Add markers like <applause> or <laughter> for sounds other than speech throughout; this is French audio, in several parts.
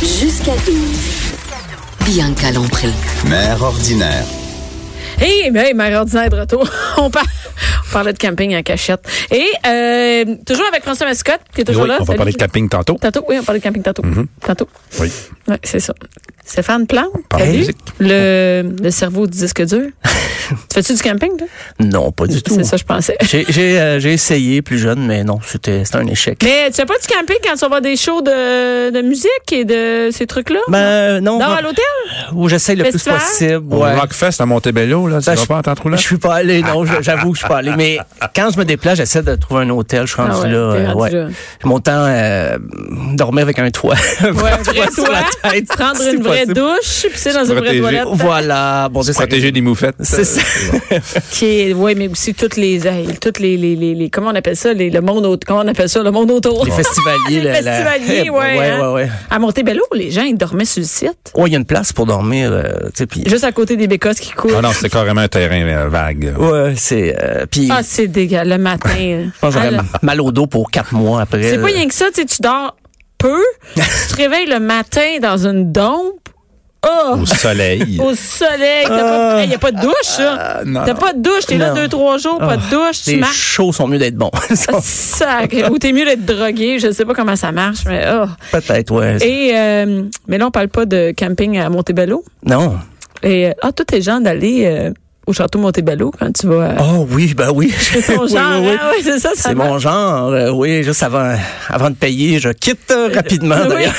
Jusqu'à 12. Bien calompré. Mère ordinaire. Hey, mais hey, mère ordinaire de retour. <laughs> on, par- on parlait de camping en cachette. Et euh, toujours avec François Mascotte, qui est toujours Oui, là. on va Salut. parler de camping tantôt. Tantôt, oui, on parlait de camping tantôt. Tantôt. Oui. Oui, c'est ça. Stéphane Plante, parle salut. musique. Le, le cerveau du disque dur. tu fais-tu du camping, toi? Non, pas du tout. C'est ça, je pensais. J'ai, j'ai, euh, j'ai essayé plus jeune, mais non, c'était, c'était un échec. Mais tu fais pas du camping quand tu vas voir des shows de, de musique et de ces trucs-là? Ben, non, non, ben, à l'hôtel? où j'essaye le Festival? plus possible. Au Ouais. Rockfest à Montebello, là, tu Ben, vas pas en tant je suis pas allé, non, je- j'avoue que je suis pas allé. Mais quand je me déplace, j'essaie de trouver un hôtel, je suis rendu Ah là. ouais, t'es euh, rendu ouais. là. Mon temps, euh, dormir avec un toit. <laughs> un Ouais, un toit vrai sur la toit, tête, prendre si une vraie possible. douche, pisser dans une vraie Protéger. toilette. Voilà, bon <laughs> Dieu, ça- Protéger des moufettes. C'est <laughs> ça. Qui oui, mais aussi toutes les, euh, toutes les, les, les, les- comment on appelle ça, les, le monde autour, comment on appelle ça, le monde autour. Les festivaliers. Les la- la- festivaliers, Eh, <laughs> ouais, Ouais, hein. ouais, ouais. À Montebello, les gens, ils dormaient sur le site, Ouais, il y a une place pour dormir, euh, tu sais, puis- juste à côté des bécosses qui coulent. Ah non, c'est carrément un terrain euh, vague. Ouais, c'est, euh, puis- Ah, c'est dégueulasse, le matin. euh. <laughs> Je pense que j'aurais Ah, là. mal au dos pour quatre mois après. euh, C'est pas rien que ça, tu sais, tu dors peu, tu te réveilles le matin dans une dompe, oh, Au soleil. au soleil, il n'y a pas de douche, ça. non, T'as non. pas de douche, t'es là Ah. Non. Ah, deux, trois jours, pas de douche, tu Les marches. Ah, shows sont mieux d'être bons. <laughs> Sac. Ou t'es mieux d'être drogué, je sais pas comment ça marche, mais oh. Peut-être, ouais. Et euh, mais là on parle pas de camping à Montebello. Non. Et euh, ah, toi t'es genre d'aller euh, au château Montebello quand tu vas. euh, Oh oui, ben oui. c'est ton Oui, genre, oui, oui. hein? <laughs> Ouais, c'est ça. <laughs> ça C'est marche. mon genre, euh, oui, juste avant, avant de payer, je quitte euh, rapidement Oui. <laughs> d'ailleurs.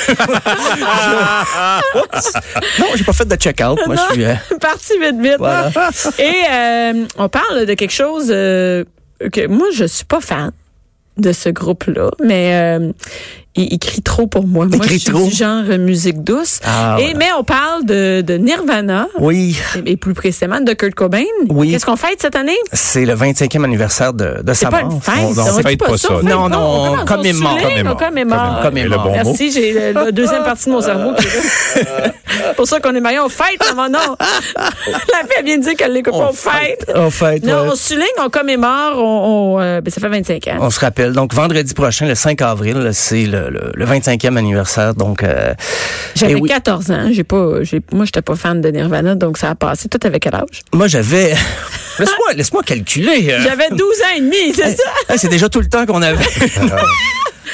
Oups. non, j'ai pas fait de check-out. Moi, je suis. euh, Parti vite vite. hein? Voilà. Et euh, on parle de quelque chose euh, que moi je suis pas fan de ce groupe-là, mais euh, il, il crie trop pour moi. Moi, je crie suis trop? du genre euh, musique douce. Ah, Et mais on parle de, de Nirvana. Oui, et plus précisément de Kurt Cobain. Oui. Qu'est-ce qu'on fête cette année? c'est le 25e anniversaire de, de C'est sa pas mort. une fête. on ça, fête dit pas ça, on non. fête Non, non, on commence, commémore, souligne, commémore. On commémore. Commémore. Et le bon mot. Merci, j'ai euh, le- la deuxième partie de mon cerveau qui est là. pour ça qu'on est mariés, on fête avant non. La fille elle vient de dire qu'elle l'écoute pas, on fête. En fait, Non, ouais. on souligne, on commémore, on, on, euh, ben, ça fait 25 ans. On se rappelle. Donc, vendredi prochain, le 5 avril, là, c'est le, le, le 25e anniversaire. Donc, euh, J'avais eh oui. 14 ans, j'ai pas, j'ai, moi j'étais pas fan de Nirvana, donc ça a passé. Toi t'avais quel âge? moi, j'avais. <laughs> Laisse-moi laisse calculer. euh. J'avais 12 ans et demi, c'est ça? Ah, c'est déjà tout le temps qu'on avait.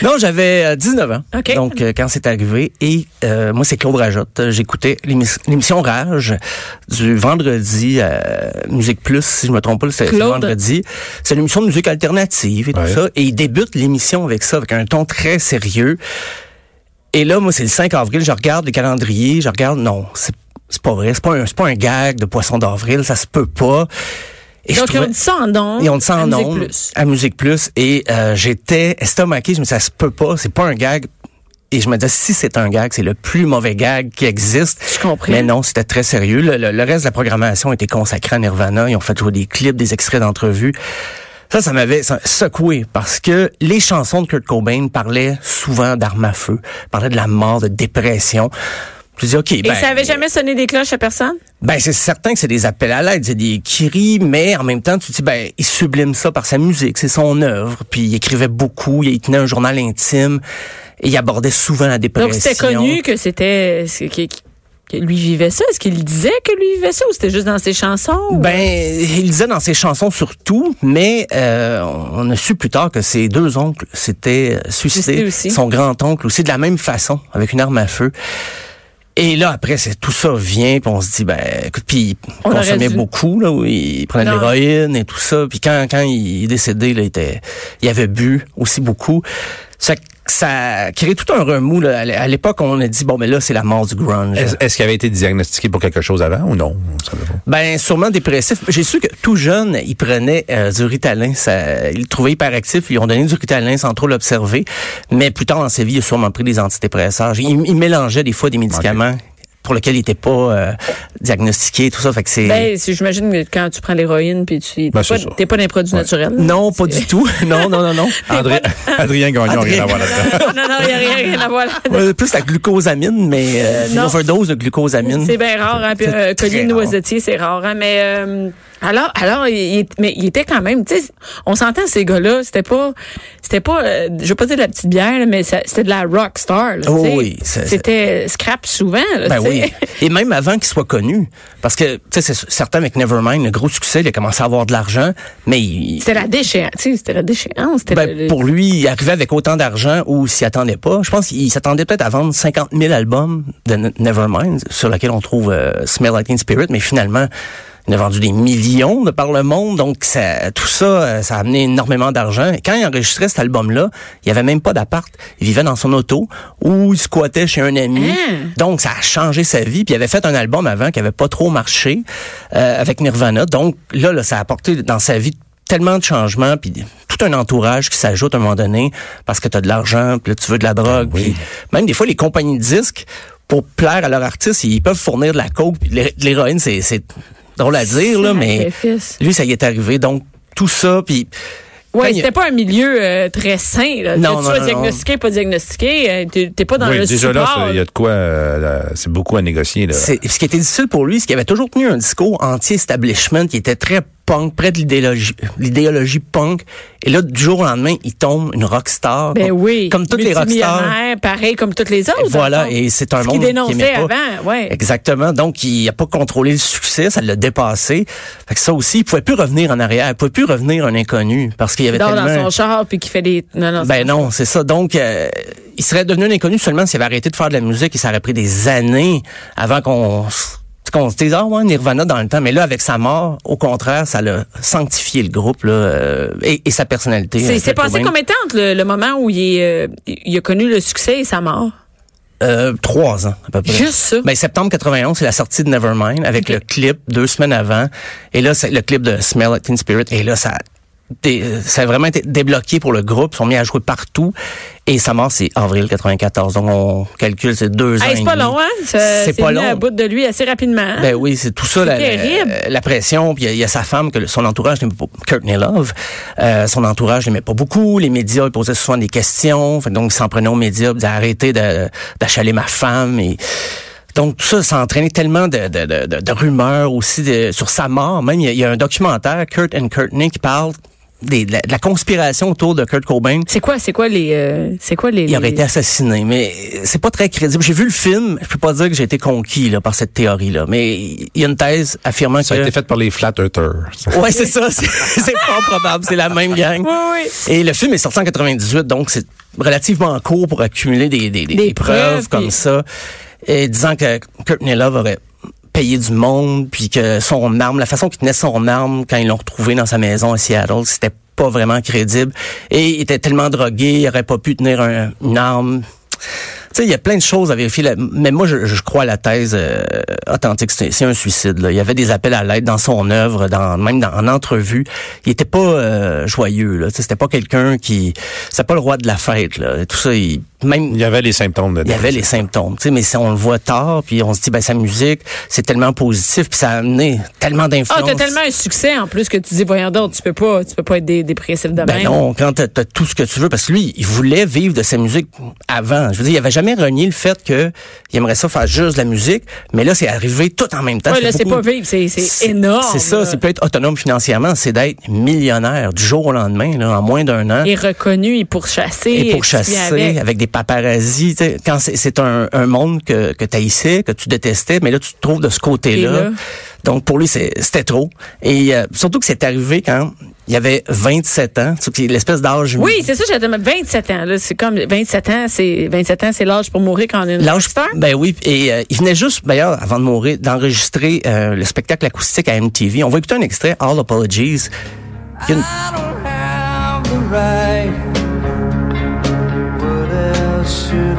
Non, j'avais euh, 19 ans. OK. Donc, euh, quand c'est arrivé. Et euh, moi, c'est Claude Rajotte. Euh, J'écoutais l'émis- l'émission Rage du vendredi à Musique Plus, si je me trompe pas, c'est c'est Claude. vendredi. C'est l'émission de musique alternative et Ouais. tout ça. Et il débute l'émission avec ça, avec un ton très sérieux. Et là, moi, c'est le 5 avril, je regarde le calendrier, je regarde, non, c'est c'est pas vrai, c'est pas, un- c'est pas un gag de Poisson d'avril, ça se peut pas. Et je Donc trouvais- on dit ça en don. et on le sent hein, à en Musique ondes, Plus. à Musique Plus. Et euh, j'étais estomaqué. Je me disais, ça se peut pas, c'est pas un gag. Et je me disais, si c'est un gag, c'est le plus mauvais gag qui existe. Je comprends. Mais non, c'était très sérieux. Le, le- le reste de la programmation était consacré à Nirvana. Ils ont fait jouer des clips, des extraits d'entrevues. Ça, ça m'avait ça- secoué parce que les chansons de Kurt Cobain parlaient souvent d'armes à feu, parlaient de la mort, de dépression. Je dis, OK, Et ben, ça avait jamais sonné des cloches à personne? ben, c'est certain que c'est des appels à l'aide, c'est des kiris, mais en même temps, tu te dis, ben, il sublime ça par sa musique, c'est son œuvre. Puis il écrivait beaucoup, il tenait un journal intime, et il abordait souvent la dépression. Donc, c'était connu que c'était. c'est- que- que lui vivait ça. Est-ce qu'il disait que lui vivait ça ou c'était juste dans ses chansons? Ben, il disait dans ses chansons surtout, mais euh, on a su plus tard que ses deux oncles s'étaient Suicidés suicidés. aussi. Son grand-oncle aussi, de la même façon, avec une arme à feu. Et là, après, c'est tout ça vient, puis on se dit, ben, écoute, puis il On aurait consommait dû. beaucoup, là, où il prenait de Non. l'héroïne et tout ça. Puis quand, quand il est décédé, là, il, était, il avait bu aussi beaucoup. Ça fait que ça a créé tout un remous. là. À l'époque, on a dit, bon, mais là, c'est la mort du grunge. Est-ce est-ce qu'il avait été diagnostiqué pour quelque chose avant ou non? On savait pas. Ben, sûrement dépressif. J'ai su que tout jeune, il prenait euh, du Ritalin. Ça, il le trouvait hyperactif. Ils lui ont donné du Ritalin sans trop l'observer. Mais plus tard dans sa vie, il a sûrement pris des antidépresseurs. Il, il mélangeait des fois des médicaments pour lesquels il n'était pas euh, diagnostiqué et tout ça. Fait que c'est... Ben, c'est- j'imagine que quand tu prends l'héroïne puis tu t'es Ben, pas, c'est ça. t'es pas dans les produits naturels. non, pas du tout. <laughs> Non, non, non, <laughs> non. <laughs> André- Adrien Gagnon, rien à voir là-dedans. non, <laughs> non, il n'y a rien, rien à voir là-dedans. Ouais, Euh, plus la glucosamine, mais euh, une Non. overdose de glucosamine. C'est bien rare, hein, puis, C'est euh, très Colline rare. Noisetier, c'est rare, hein, mais euh, alors, alors, il, il- mais il était quand même, tu sais, on s'entend ces gars-là, c'était pas, c'était pas, euh, je veux pas dire de la petite bière, là, mais ça- c'était de la rock star, là, Oh tu sais. oui, c'est- c'était scrap souvent, là, Ben tu sais. <laughs> oui. Et même avant qu'il soit connu. Parce que, tu sais, c'est sûr- certain avec Nevermind, le gros succès, il a commencé à avoir de l'argent, mais il- C'était la déchéance, tu sais, c'était la déchéance, c'était ben, le- le- pour lui, il arrivait avec autant d'argent ou s'y attendait pas. Je pense qu'il s'attendait peut-être à vendre 50 000 albums de Ne- Nevermind, sur lequel on trouve euh, Smell Like Teen Spirit, mais finalement, il a vendu des millions de par le monde. Donc, ça, tout ça, euh, ça a amené énormément d'argent. Et Quand il enregistrait cet album-là, il y avait même pas d'appart. Il vivait dans son auto ou il squattait chez un ami. Hein? Donc, ça a changé sa vie. Puis, il avait fait un album avant qui avait pas trop marché euh, avec Nirvana. Donc, là, là, ça a apporté dans sa vie tellement de changements, puis tout un entourage qui s'ajoute à un moment donné parce que tu as de l'argent, puis là, tu veux de la Ben drogue. puis Même des fois, les compagnies de disques, pour plaire à leurs artistes, ils peuvent fournir de la coke, puis de l'hé- de l'héroïne, c'est c'est drôle à dire, là, mais Sacrifice. lui, ça y est arrivé. Donc, tout ça, puis... quand Ouais, il- c'était pas un milieu euh, très sain. Là. Non, tu non, vas non, diagnostiqué, pas diagnostiqué. euh, T'es t'es pas dans Oui, le déjà là, support. c'est- il y a de quoi, euh, là, c'est beaucoup à négocier. Là. C'est- ce qui était difficile pour lui, c'est qu'il avait toujours tenu un discours anti-establishment qui était très punk, près de l'idéologie, l'idéologie punk. Et là, du jour au lendemain, il tombe une rockstar. ben comme, oui. Comme toutes les rockstars. Multimillionnaire, Pareil comme toutes les autres. Et voilà, dans le fond. et c'est un Ce monde qu'il qui dénonçait aimait pas. avant, ouais. Exactement. Donc, il n'a pas contrôlé le succès, ça l'a dépassé. Fait que ça aussi, il pouvait plus revenir en arrière, il pouvait plus revenir un inconnu parce qu'il y avait Il dort tellement. dans son char puis qui fait des. Non, non. Ben non, c'est ça. Donc, euh, il serait devenu un inconnu seulement s'il avait arrêté de faire de la musique et ça aurait pris des années avant qu'on s- qu'on se dise ah ouais Nirvana dans le temps mais là avec sa mort au contraire ça l'a sanctifié le groupe là euh, et, et sa personnalité c'est euh, c'est Kurt passé Cobain. combien de temps entre le, le moment où il, est, euh, il a connu le succès et sa mort? Euh, trois ans à peu près Juste ça. ben septembre 91 c'est la sortie de Nevermind avec le clip deux semaines avant et là c'est le clip de Smell Like Teen Spirit et là ça a dé- euh, ça a vraiment été débloqué pour le groupe. Ils sont mis à jouer partout. Et sa mort, c'est avril 94. Donc, on calcule, c'est deux ans. Hey, c'est et pas demi. long, hein? Ça- C'est pas venu à long. bout de lui assez rapidement. hein? Ben oui, c'est tout ça, la, C'est la- terrible. la pression. Puis il y a- il y, a sa femme, que le- son entourage n'aimait pas, Courtney Love. Euh, son entourage n'aimait pas beaucoup. Les médias, ils posaient souvent des questions. Fait que donc, ils s'en prenaient aux médias, puis ils disaient, arrêtez de- d'achaler ma femme. Et donc, tout ça, ça a entraîné tellement de, de, de, de- de rumeurs aussi de- sur sa mort. Même, il y, a- il y a un documentaire, Kurt and Courtney, qui parle des- de, la, de la conspiration autour de Kurt Cobain. c'est quoi, c'est quoi les. euh, c'est quoi les. Il aurait les- été assassiné, mais c'est pas très crédible. J'ai vu le film, je peux pas dire que j'ai été conquis là, par cette théorie-là, mais il y a une thèse affirmant Ça a que... été fait par les Flat Earthers. Ouais, c'est ça. <laughs> C'est c'est fort probable. C'est la même gang. Oui, oui. Et le film est sorti en 98, donc c'est relativement court pour accumuler des, des, des- Des des preuves preuves, comme puis- ça. Et disant que Courtney Love aurait payé du monde, puis que son arme, la façon qu'il tenait son arme quand ils l'ont retrouvé dans sa maison à Seattle, c'était pas vraiment crédible. Et il était tellement drogué, il aurait pas pu tenir un- une arme. Tu sais, il y a plein de choses à vérifier. là. Mais moi, je, je crois à la thèse euh, authentique. C'est c'est un suicide. là. Il y avait des appels à l'aide dans son œuvre, dans, même dans, en entrevue. Il était pas euh, joyeux. Là. Tu sais, C'était pas quelqu'un qui... C'était pas le roi de la fête. Là. Tout ça, il, même... Il y avait les symptômes de Il y avait les symptômes, tu sais, mais si on le voit tard, puis on se dit, ben sa musique, c'est tellement positif, puis ça a amené tellement Ah, d'influence. t'as tellement un succès en plus que tu dis, voyons donc, tu peux pas, tu peux pas être dé- dépressif de Ben même. non, quand t'as t'as tout ce que tu veux, parce que lui, il voulait vivre de sa musique avant. Je veux dire, il avait jamais renié le fait que il aimerait ça faire juste de la musique, mais là, c'est arrivé tout en même temps. Ouais, là, c'est pas vivre, c'est- c'est énorme, C'est ça, là. c'est peut être autonome financièrement, c'est d'être millionnaire du jour au lendemain, là, en moins d'un an. Il est reconnu, il est pourchassé. Et pour tu viens chasser avec. avec. des paparazzis, tu sais, quand c'est- c'est un, un monde que, que tu haïssais, que tu détestais, mais là, tu te trouves de ce côté-là. Et là? Donc, pour lui, c'est- c'était trop. Et euh, surtout que c'est arrivé quand il avait 27 ans, tu sais, puis l'espèce d'âge... Oui, c'est ça, j'avais 27 ans. là, C'est comme 27 ans, c'est 27 ans, c'est l'âge pour mourir quand on est une L'âge, rockstar. ben oui, et euh, il venait juste, d'ailleurs, avant de mourir, d'enregistrer euh, le spectacle acoustique à MTV. On va écouter un extrait, All Apologies. Il y a une- I don't have the right. Would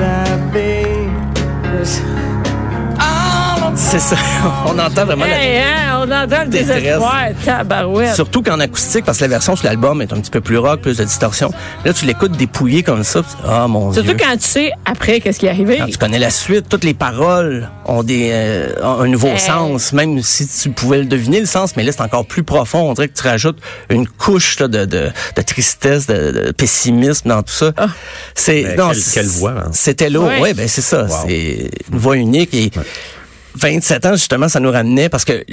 C'est ça. <laughs> On entend vraiment la- Hey, hein, on entend le Détresse. désespoir, tabarouette. Surtout qu'en acoustique, parce que la version sur l'album est un petit peu plus rock, plus de distorsion. Là, tu l'écoutes dépouillé comme ça. puis- Ah, mon Surtout Dieu. quand tu sais après qu'est-ce qui est arrivé. Quand tu connais la suite, toutes les paroles ont des euh, ont un nouveau Hey. sens, même si tu pouvais le deviner le sens, mais là c'est encore plus profond. On dirait que tu rajoutes une couche là, de, de, de tristesse, de, de pessimisme dans tout ça. C'est Mais non, Ben, quelle- c'est- quelle voix, hein? C'était lourd. Ah. Ouais. Ouais, ben c'est ça. Wow. C'est une voix unique et 27 ans justement, ça nous ramenait parce que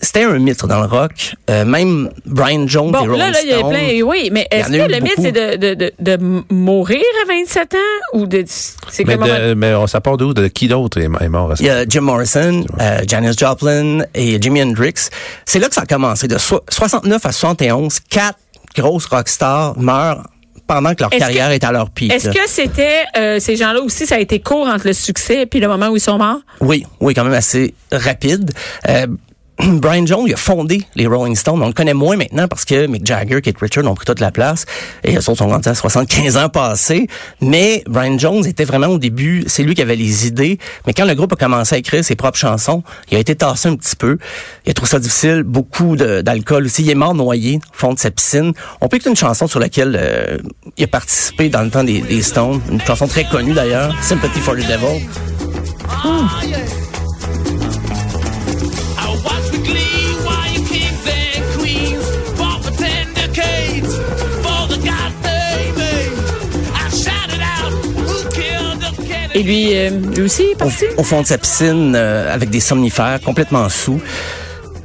c'était un mythe dans le rock. Euh, même Brian Jones Bon, des Rolling là, là, il y a Stones, plein. Oui, mais Il y est-ce en a eu que le mythe, beaucoup. c'est de, de, de, de m- mourir à 27 ans ou de. C'est Mais, comme. un- de- mais on- ça part d'où? De qui d'autre est est mort à ça? Il y a Jim Morrison, euh, Janis Joplin et Jimi Hendrix. C'est là que ça a commencé. De so- 69 à 71, quatre grosses rockstars meurent pendant que leur Est-ce carrière que- est à leur pic. Est-ce là. que c'était. euh, ces gens-là aussi, ça a été court entre le succès et le moment où ils sont morts? Oui, oui, quand même assez rapide. Euh, <clears throat> Brian Jones, il a fondé les Rolling Stones. On le connaît moins maintenant parce que Mick Jagger, Kate Richards ont pris toute la place. Et eux autres ont rendu à 75 ans passés. Mais Brian Jones était vraiment au début, c'est lui qui avait les idées. Mais quand le groupe a commencé à écrire ses propres chansons, il a été tassé un petit peu. Il a trouvé ça difficile, beaucoup de- d'alcool aussi. Il est mort noyé au fond de sa piscine. On peut écouter une chanson sur laquelle euh, il a participé dans le temps des, des Stones. Une chanson très connue d'ailleurs, Sympathy for the Devil. I watch with glee while you kings and queens fall for ten decades for the gods they made. I shouted out, who killed the Kennedy? Et lui, euh, lui aussi, il est au, parti? au fond de sa piscine euh, avec des somnifères, complètement sous.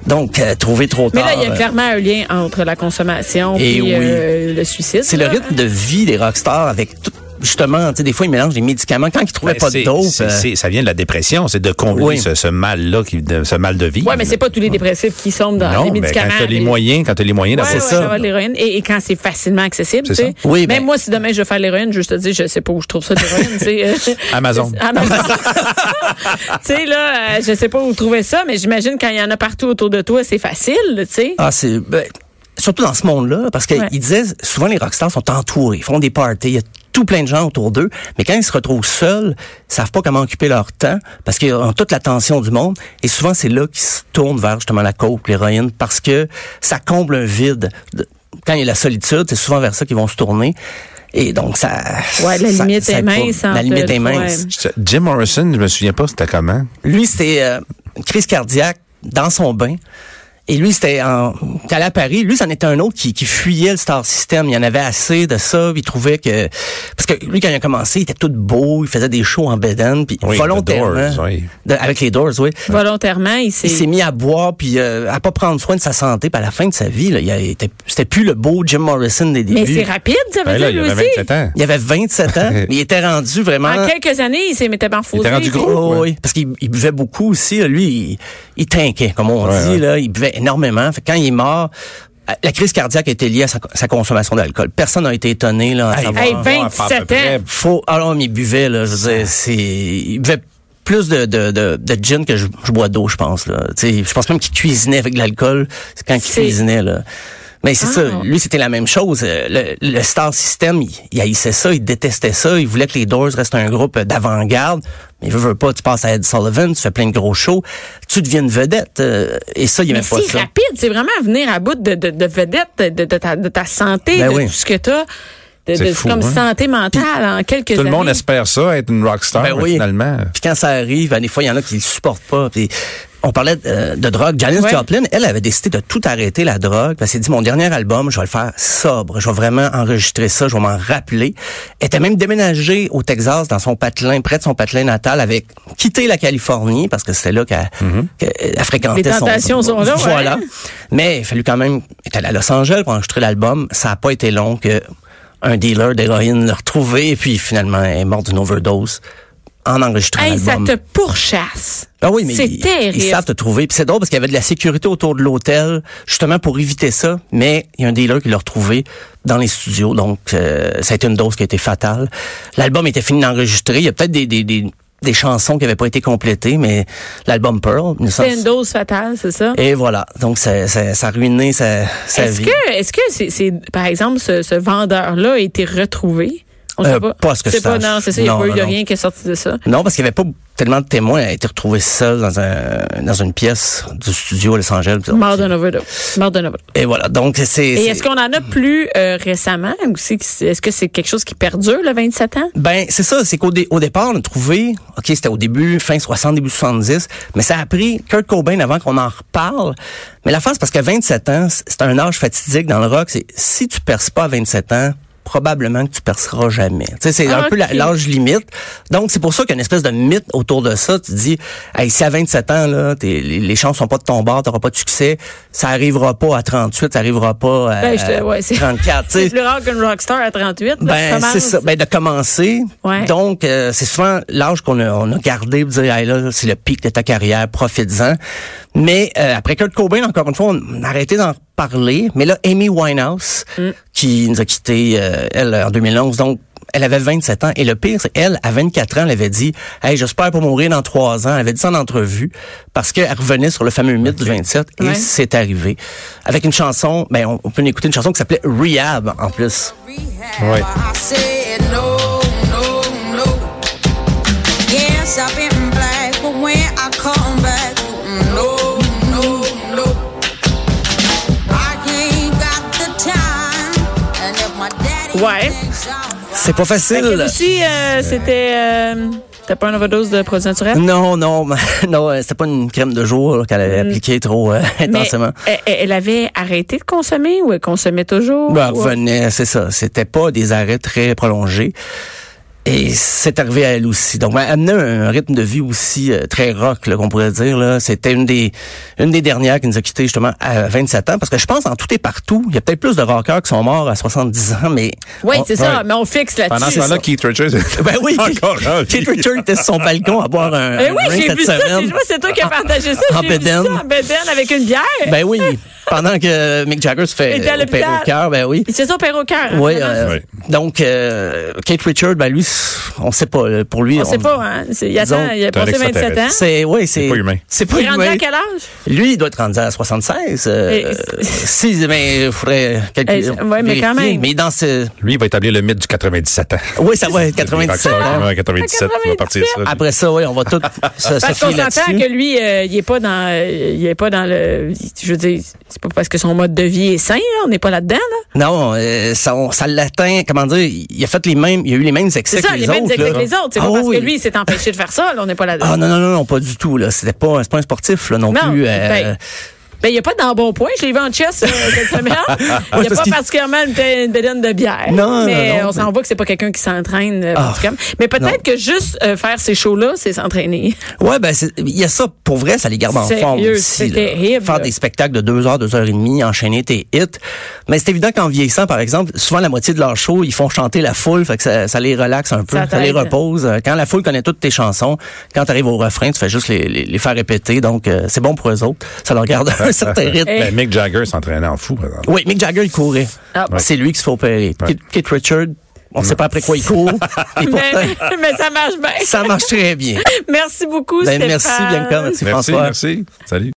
Donc, euh, trouvé trop Mais tard. là, il y a Ah, euh, clairement un lien entre la consommation Et et oui. le suicide. c'est le là. rythme de vie des rockstars avec tout, justement, tu sais, des fois, ils mélangent des médicaments. Quand ils trouvaient Ben, pas de c'est- dope, c'est- euh, c'est- Ça vient de la dépression, c'est de combler Oui. ce, ce mal-là, qui- de- ce mal de vie. Ouais, mais c'est pas tous les dépressifs qui sont dans non, les mais médicaments. quand t'as les les- moyens, quand t'as les moyens Ouais, d'avoir ouais, ça. ça va de l'héroïne. Et, et quand c'est facilement accessible, tu C'est sais. ça. Oui, Même ben- moi, si demain je veux faire l'héroïne, je te dis, je sais pas où je trouve ça de l'héroïne, tu <laughs> sais. euh, Amazon. <laughs> Amazon. tu sais, là, euh, je sais pas où trouver ça, mais j'imagine quand il y en a partout autour de toi, c'est facile, tu sais. Ah, c'est. ben, surtout dans ce monde-là, parce qu'ils Ouais. disaient souvent les rockstars sont entourés, ils font des parties, il y a tout plein de gens autour d'eux, mais quand ils se retrouvent seuls, ils savent pas comment occuper leur temps parce qu'ils ont toute l'attention du monde et souvent c'est là qu'ils se tournent vers justement la coke, l'héroïne parce que ça comble un vide. De- Quand il y a la solitude, c'est souvent vers ça qu'ils vont se tourner. Et donc ça Ouais, la ça- limite ça est aide pas. mince entre La limite est le- mince. ouais. Ça- Jim Morrison, je me souviens pas, c'était comment? Lui, c'était euh, une crise cardiaque dans son bain. Et lui, c'était en t'es allé à Paris. Lui, c'en était un autre qui, qui fuyait le star system. Il y en avait assez de ça. Il trouvait que parce que lui, quand il a commencé, il était tout beau. Il faisait des shows en bedaine, puis Oui, The volontairement, Doors, oui. de- avec les Doors, oui. Volontairement, il Il s'est s'est. mis à boire puis euh, à pas prendre soin de sa santé. Puis à la fin de sa vie, là, il a- il était- c'était plus le beau Jim Morrison des débuts. Mais c'est rapide, ça veut Ben là, dire, il lui avait aussi. 27 ans. Il avait 27 <laughs> ans, mais il était rendu vraiment En quelques années, il s'est métamorphosé. Il était rendu puis- gros. Oh, ouais. oui, parce qu'il il buvait beaucoup aussi. là. Lui, il, il tinquait, comme on Ouais, dit. ouais. Là, il buvait énormément. Fait que quand il est mort, euh, la crise cardiaque était liée à sa, sa consommation d'alcool. Personne n'a été étonné là, à savoir. Hey, Ouais, 27 à peu près. ans. Faut, ah alors, mais il buvait, là, je veux dire, c'est, il buvait plus de, de, de, de gin que je, je bois d'eau, je pense, là. Tu sais, je pense même qu'il cuisinait avec de l'alcool c'est quand il C'est- cuisinait, là. Mais c'est Ah. ça, lui, c'était la même chose. Euh, Le, le star system, il, il haïssait ça, il détestait ça, il voulait que les Doors restent un groupe d'avant-garde. Mais veux, veux pas, tu passes à Ed Sullivan, tu fais plein de gros shows, tu deviens une vedette. euh, et ça, il Mais aimait pas c'est ça. rapide, c'est vraiment à venir à bout de, de, de vedette, de, de, ta, de ta santé, Ben de oui. tout ce que t'as, de, C'est de- fou, comme hein? santé mentale en quelques Tout le années. monde espère ça, être une rockstar, Ben mais oui. finalement. Puis quand ça arrive, ben, des fois, il y en a qui le supportent pas. Puis on parlait euh, de drogue. Janis Ouais. Joplin, elle avait décidé de tout arrêter la drogue. Elle s'est dit, mon dernier album, je vais le faire sobre. Je vais vraiment enregistrer ça. Je vais m'en rappeler. Elle était même déménagée au Texas, dans son patelin, près de son patelin natal, avec quitté la Californie, parce que c'était là qu'elle qu'elle- elle fréquentait Les son- tentations sont là, ouais. Voilà. Mais il a fallu quand même être allé à Los Angeles pour enregistrer l'album. Ça n'a pas été long que un dealer d'héroïne l'a retrouvé et puis finalement elle est mort d'une overdose en enregistrant Hey, ça l'album. te pourchasse. Ah oui, mais c'est ils, terrible. ils savent te trouver. Puis c'est drôle parce qu'il y avait de la sécurité autour de l'hôtel, justement pour éviter ça. Mais il y a un dealer qui l'a retrouvé dans les studios. Donc, euh, ça a été une dose qui a été fatale. L'album était fini d'enregistrer. Il y a peut-être des, des, des, des chansons qui n'avaient pas été complétées, mais l'album Pearl... C'est une dose fatale, c'est ça? Et voilà. Donc, ça, ça, ça a ruiné sa, sa Est-ce vie. que, est-ce que c'est, c'est- par exemple, ce, ce vendeur-là a été retrouvé? On sait Euh, pas. pas à ce que C'est je pas, sache. non, c'est ça. Il n'y a, Non, pas eu non, de non. rien qui est sorti de ça. Non, parce qu'il n'y avait pas tellement de témoins. Elle a été retrouvée seule dans, un, dans une pièce du studio à Los Angeles. Mort d'un overdose. Mort d'un overdose. Et voilà, donc c'est... Et c'est- Mhm. est-ce qu'on en a plus euh, récemment aussi? qui- Est-ce que c'est quelque chose qui perdure, le 27 ans? Ben, c'est ça, c'est qu'au dé- au départ, on a trouvé, OK, c'était au début, fin 60, début 70, mais ça a pris Kurt Cobain avant qu'on en reparle. Mais la face, parce qu'à 27 ans, c- c'est un âge fatidique dans le rock, c'est si tu perces pas à 27 ans, probablement que tu perceras jamais. Tu sais, c'est Ah, un peu la- ok. l'âge limite. Donc, c'est pour ça qu'il y a une espèce de mythe autour de ça. Tu te dis, hey, si à 27 ans, là, t'es- les, les chances sont pas de ton bord, t'auras pas de succès, ça arrivera pas à 38, ça arrivera pas à Ben, je te- ouais, c'est- <laughs> 34. Euh, tu sais. C'est plus rare qu'une rockstar à 38. là, tu Ben, commences. c'est ça. Ben, de commencer. Ouais. Donc, euh, c'est souvent l'âge qu'on a, on a gardé pour dire, hey, là, c'est le pic de ta carrière, profites-en. Mais euh, après Kurt Cobain, encore une fois, on a arrêté d'en parler. Mais là, Amy Winehouse, Mm. qui nous a quittés, euh, elle, en 2011, donc, elle avait 27 ans. Et le pire, c'est elle, à 24 ans, elle avait dit, hey, j'espère pas mourir dans trois ans. Elle avait dit ça en entrevue parce qu'elle revenait sur le fameux mythe du 27 et Ouais. c'est arrivé. Avec une chanson, ben, on, on peut écouter une chanson qui s'appelait Rehab, en plus. Ouais. I said no, no, no. Yes, I've been black, but when I come back, no, no, no. I ain't got the time, and if my daddy Ouais. thinks I'm C'est pas Fait que facile. aussi, euh, c'était... euh, T'as pas une overdose de produits naturels? Non, non, <laughs> non, euh, c'était pas une crème de jour là, qu'elle avait appliquée trop euh, Mm. Mais intensément. elle, elle- elle avait arrêté de consommer ou elle consommait toujours? Ben, Ou- revenait, c'est ça. C'était pas des arrêts très prolongés. Et c'est arrivé à elle aussi. Donc, elle amenait un rythme de vie aussi euh, très rock, là, qu'on pourrait dire. Là. C'était une des une des dernières qui nous a quittés justement à 27 ans. Parce que je pense en tout et partout, il y a peut-être plus de rockers qui sont morts à 70 ans, mais... Oui, on- c'est ça, ouais. mais on fixe là-dessus. Pendant ce temps-là, Keith Richards. Ben oui, <laughs> encore en vie. Keith Richards était sur son balcon à boire un, Eh un oui, drink j'ai cette vu ça. semaine. C'est je vois, c'est toi qui as partagé ça. Ah, en j'ai vu bedaine. ça en bedaine avec une bière. Ben oui, pendant que Mick Jagger se fait Il était à opérer l'hôpital. au cœur, ben oui. Ils se sont opérés au cœur. hein, Oui, vraiment. euh, Oui. donc euh, Kate Richard, ben lui, on sait pas. là, Pour lui, on sait pas, hein. C'est- Il, attend, euh, disons, il a t'as un passé 27 ans. extraterrestre. C'est oui, c'est pas humain. C'est pas Il est rendu humain. à quel âge? Lui, il doit être rendu à 76. Euh, Et- <laughs> si, mais il faudrait calculer. Eh, ouais, mais vérifier. quand même. Mais dans ce, Lui, il va établir le mythe du 97 ans. oui, ça va être 97. Il va hein. à 97, il va partir ça. lui. Après ça, oui, on va tout se, se Parce qu'on fier s'entend là-dessus. que lui, euh, il est pas dans, euh, il est pas dans le, je veux dire, c'est pas parce que son mode de vie est sain, là, on n'est pas là-dedans, là. Non, euh, ça, on- ça l'atteint. Comment dire Il a fait les mêmes. Il a eu les mêmes excès C'est ça, que les, les mêmes autres. excès là. que les autres. C'est Ah pas parce oui. que lui, il s'est empêché de faire ça, là, on n'est pas là-dedans. Ah non, non, non, non, pas du tout. là. C'était pas, c'est pas un sportif là, non, Non, plus. euh, ben, Ben, il n'y a pas de dans bon point. Je l'ai vu en chess euh, <laughs> cette semaine. Il n'y a parce pas qu'il- particulièrement une, be- une bédaine de bière. Ah, Non, mais non, non, on s'en mais- voit que c'est pas quelqu'un qui s'entraîne euh, Ah, particulièrement. Mais peut-être que juste euh, faire ces shows-là, c'est s'entraîner. Ouais, ben c'est- il y a ça pour vrai, ça les garde en Sérieux, forme c'est aussi. là. terrible. Faire des spectacles de deux heures, deux heures et demie, enchaîner tes hits. Mais c'est évident qu'en vieillissant, par exemple, souvent la moitié de leur show, ils font chanter la foule, fait que ça, ça les relaxe un peu, Ça ça, les t'aide. repose. Euh, Quand la foule connaît toutes tes chansons, quand tu arrives au refrain, tu fais juste les, les, les faire répéter, donc euh, c'est bon pour eux autres. Ça leur garde un certain rythme. Ben, Mick Jagger s'entraînait en fou, par exemple. Oui, Mick Jagger, il courait. Ah. Ouais. C'est lui qui se fait opérer. Ouais. Kate- Kate Richard, on sait pas après quoi il <laughs> court. et pourtant, mais, mais ça marche bien. ça marche très bien. <laughs> Merci beaucoup, Ben, merci, Stéphane. Bianca. Merci, Merci, François. merci. Salut.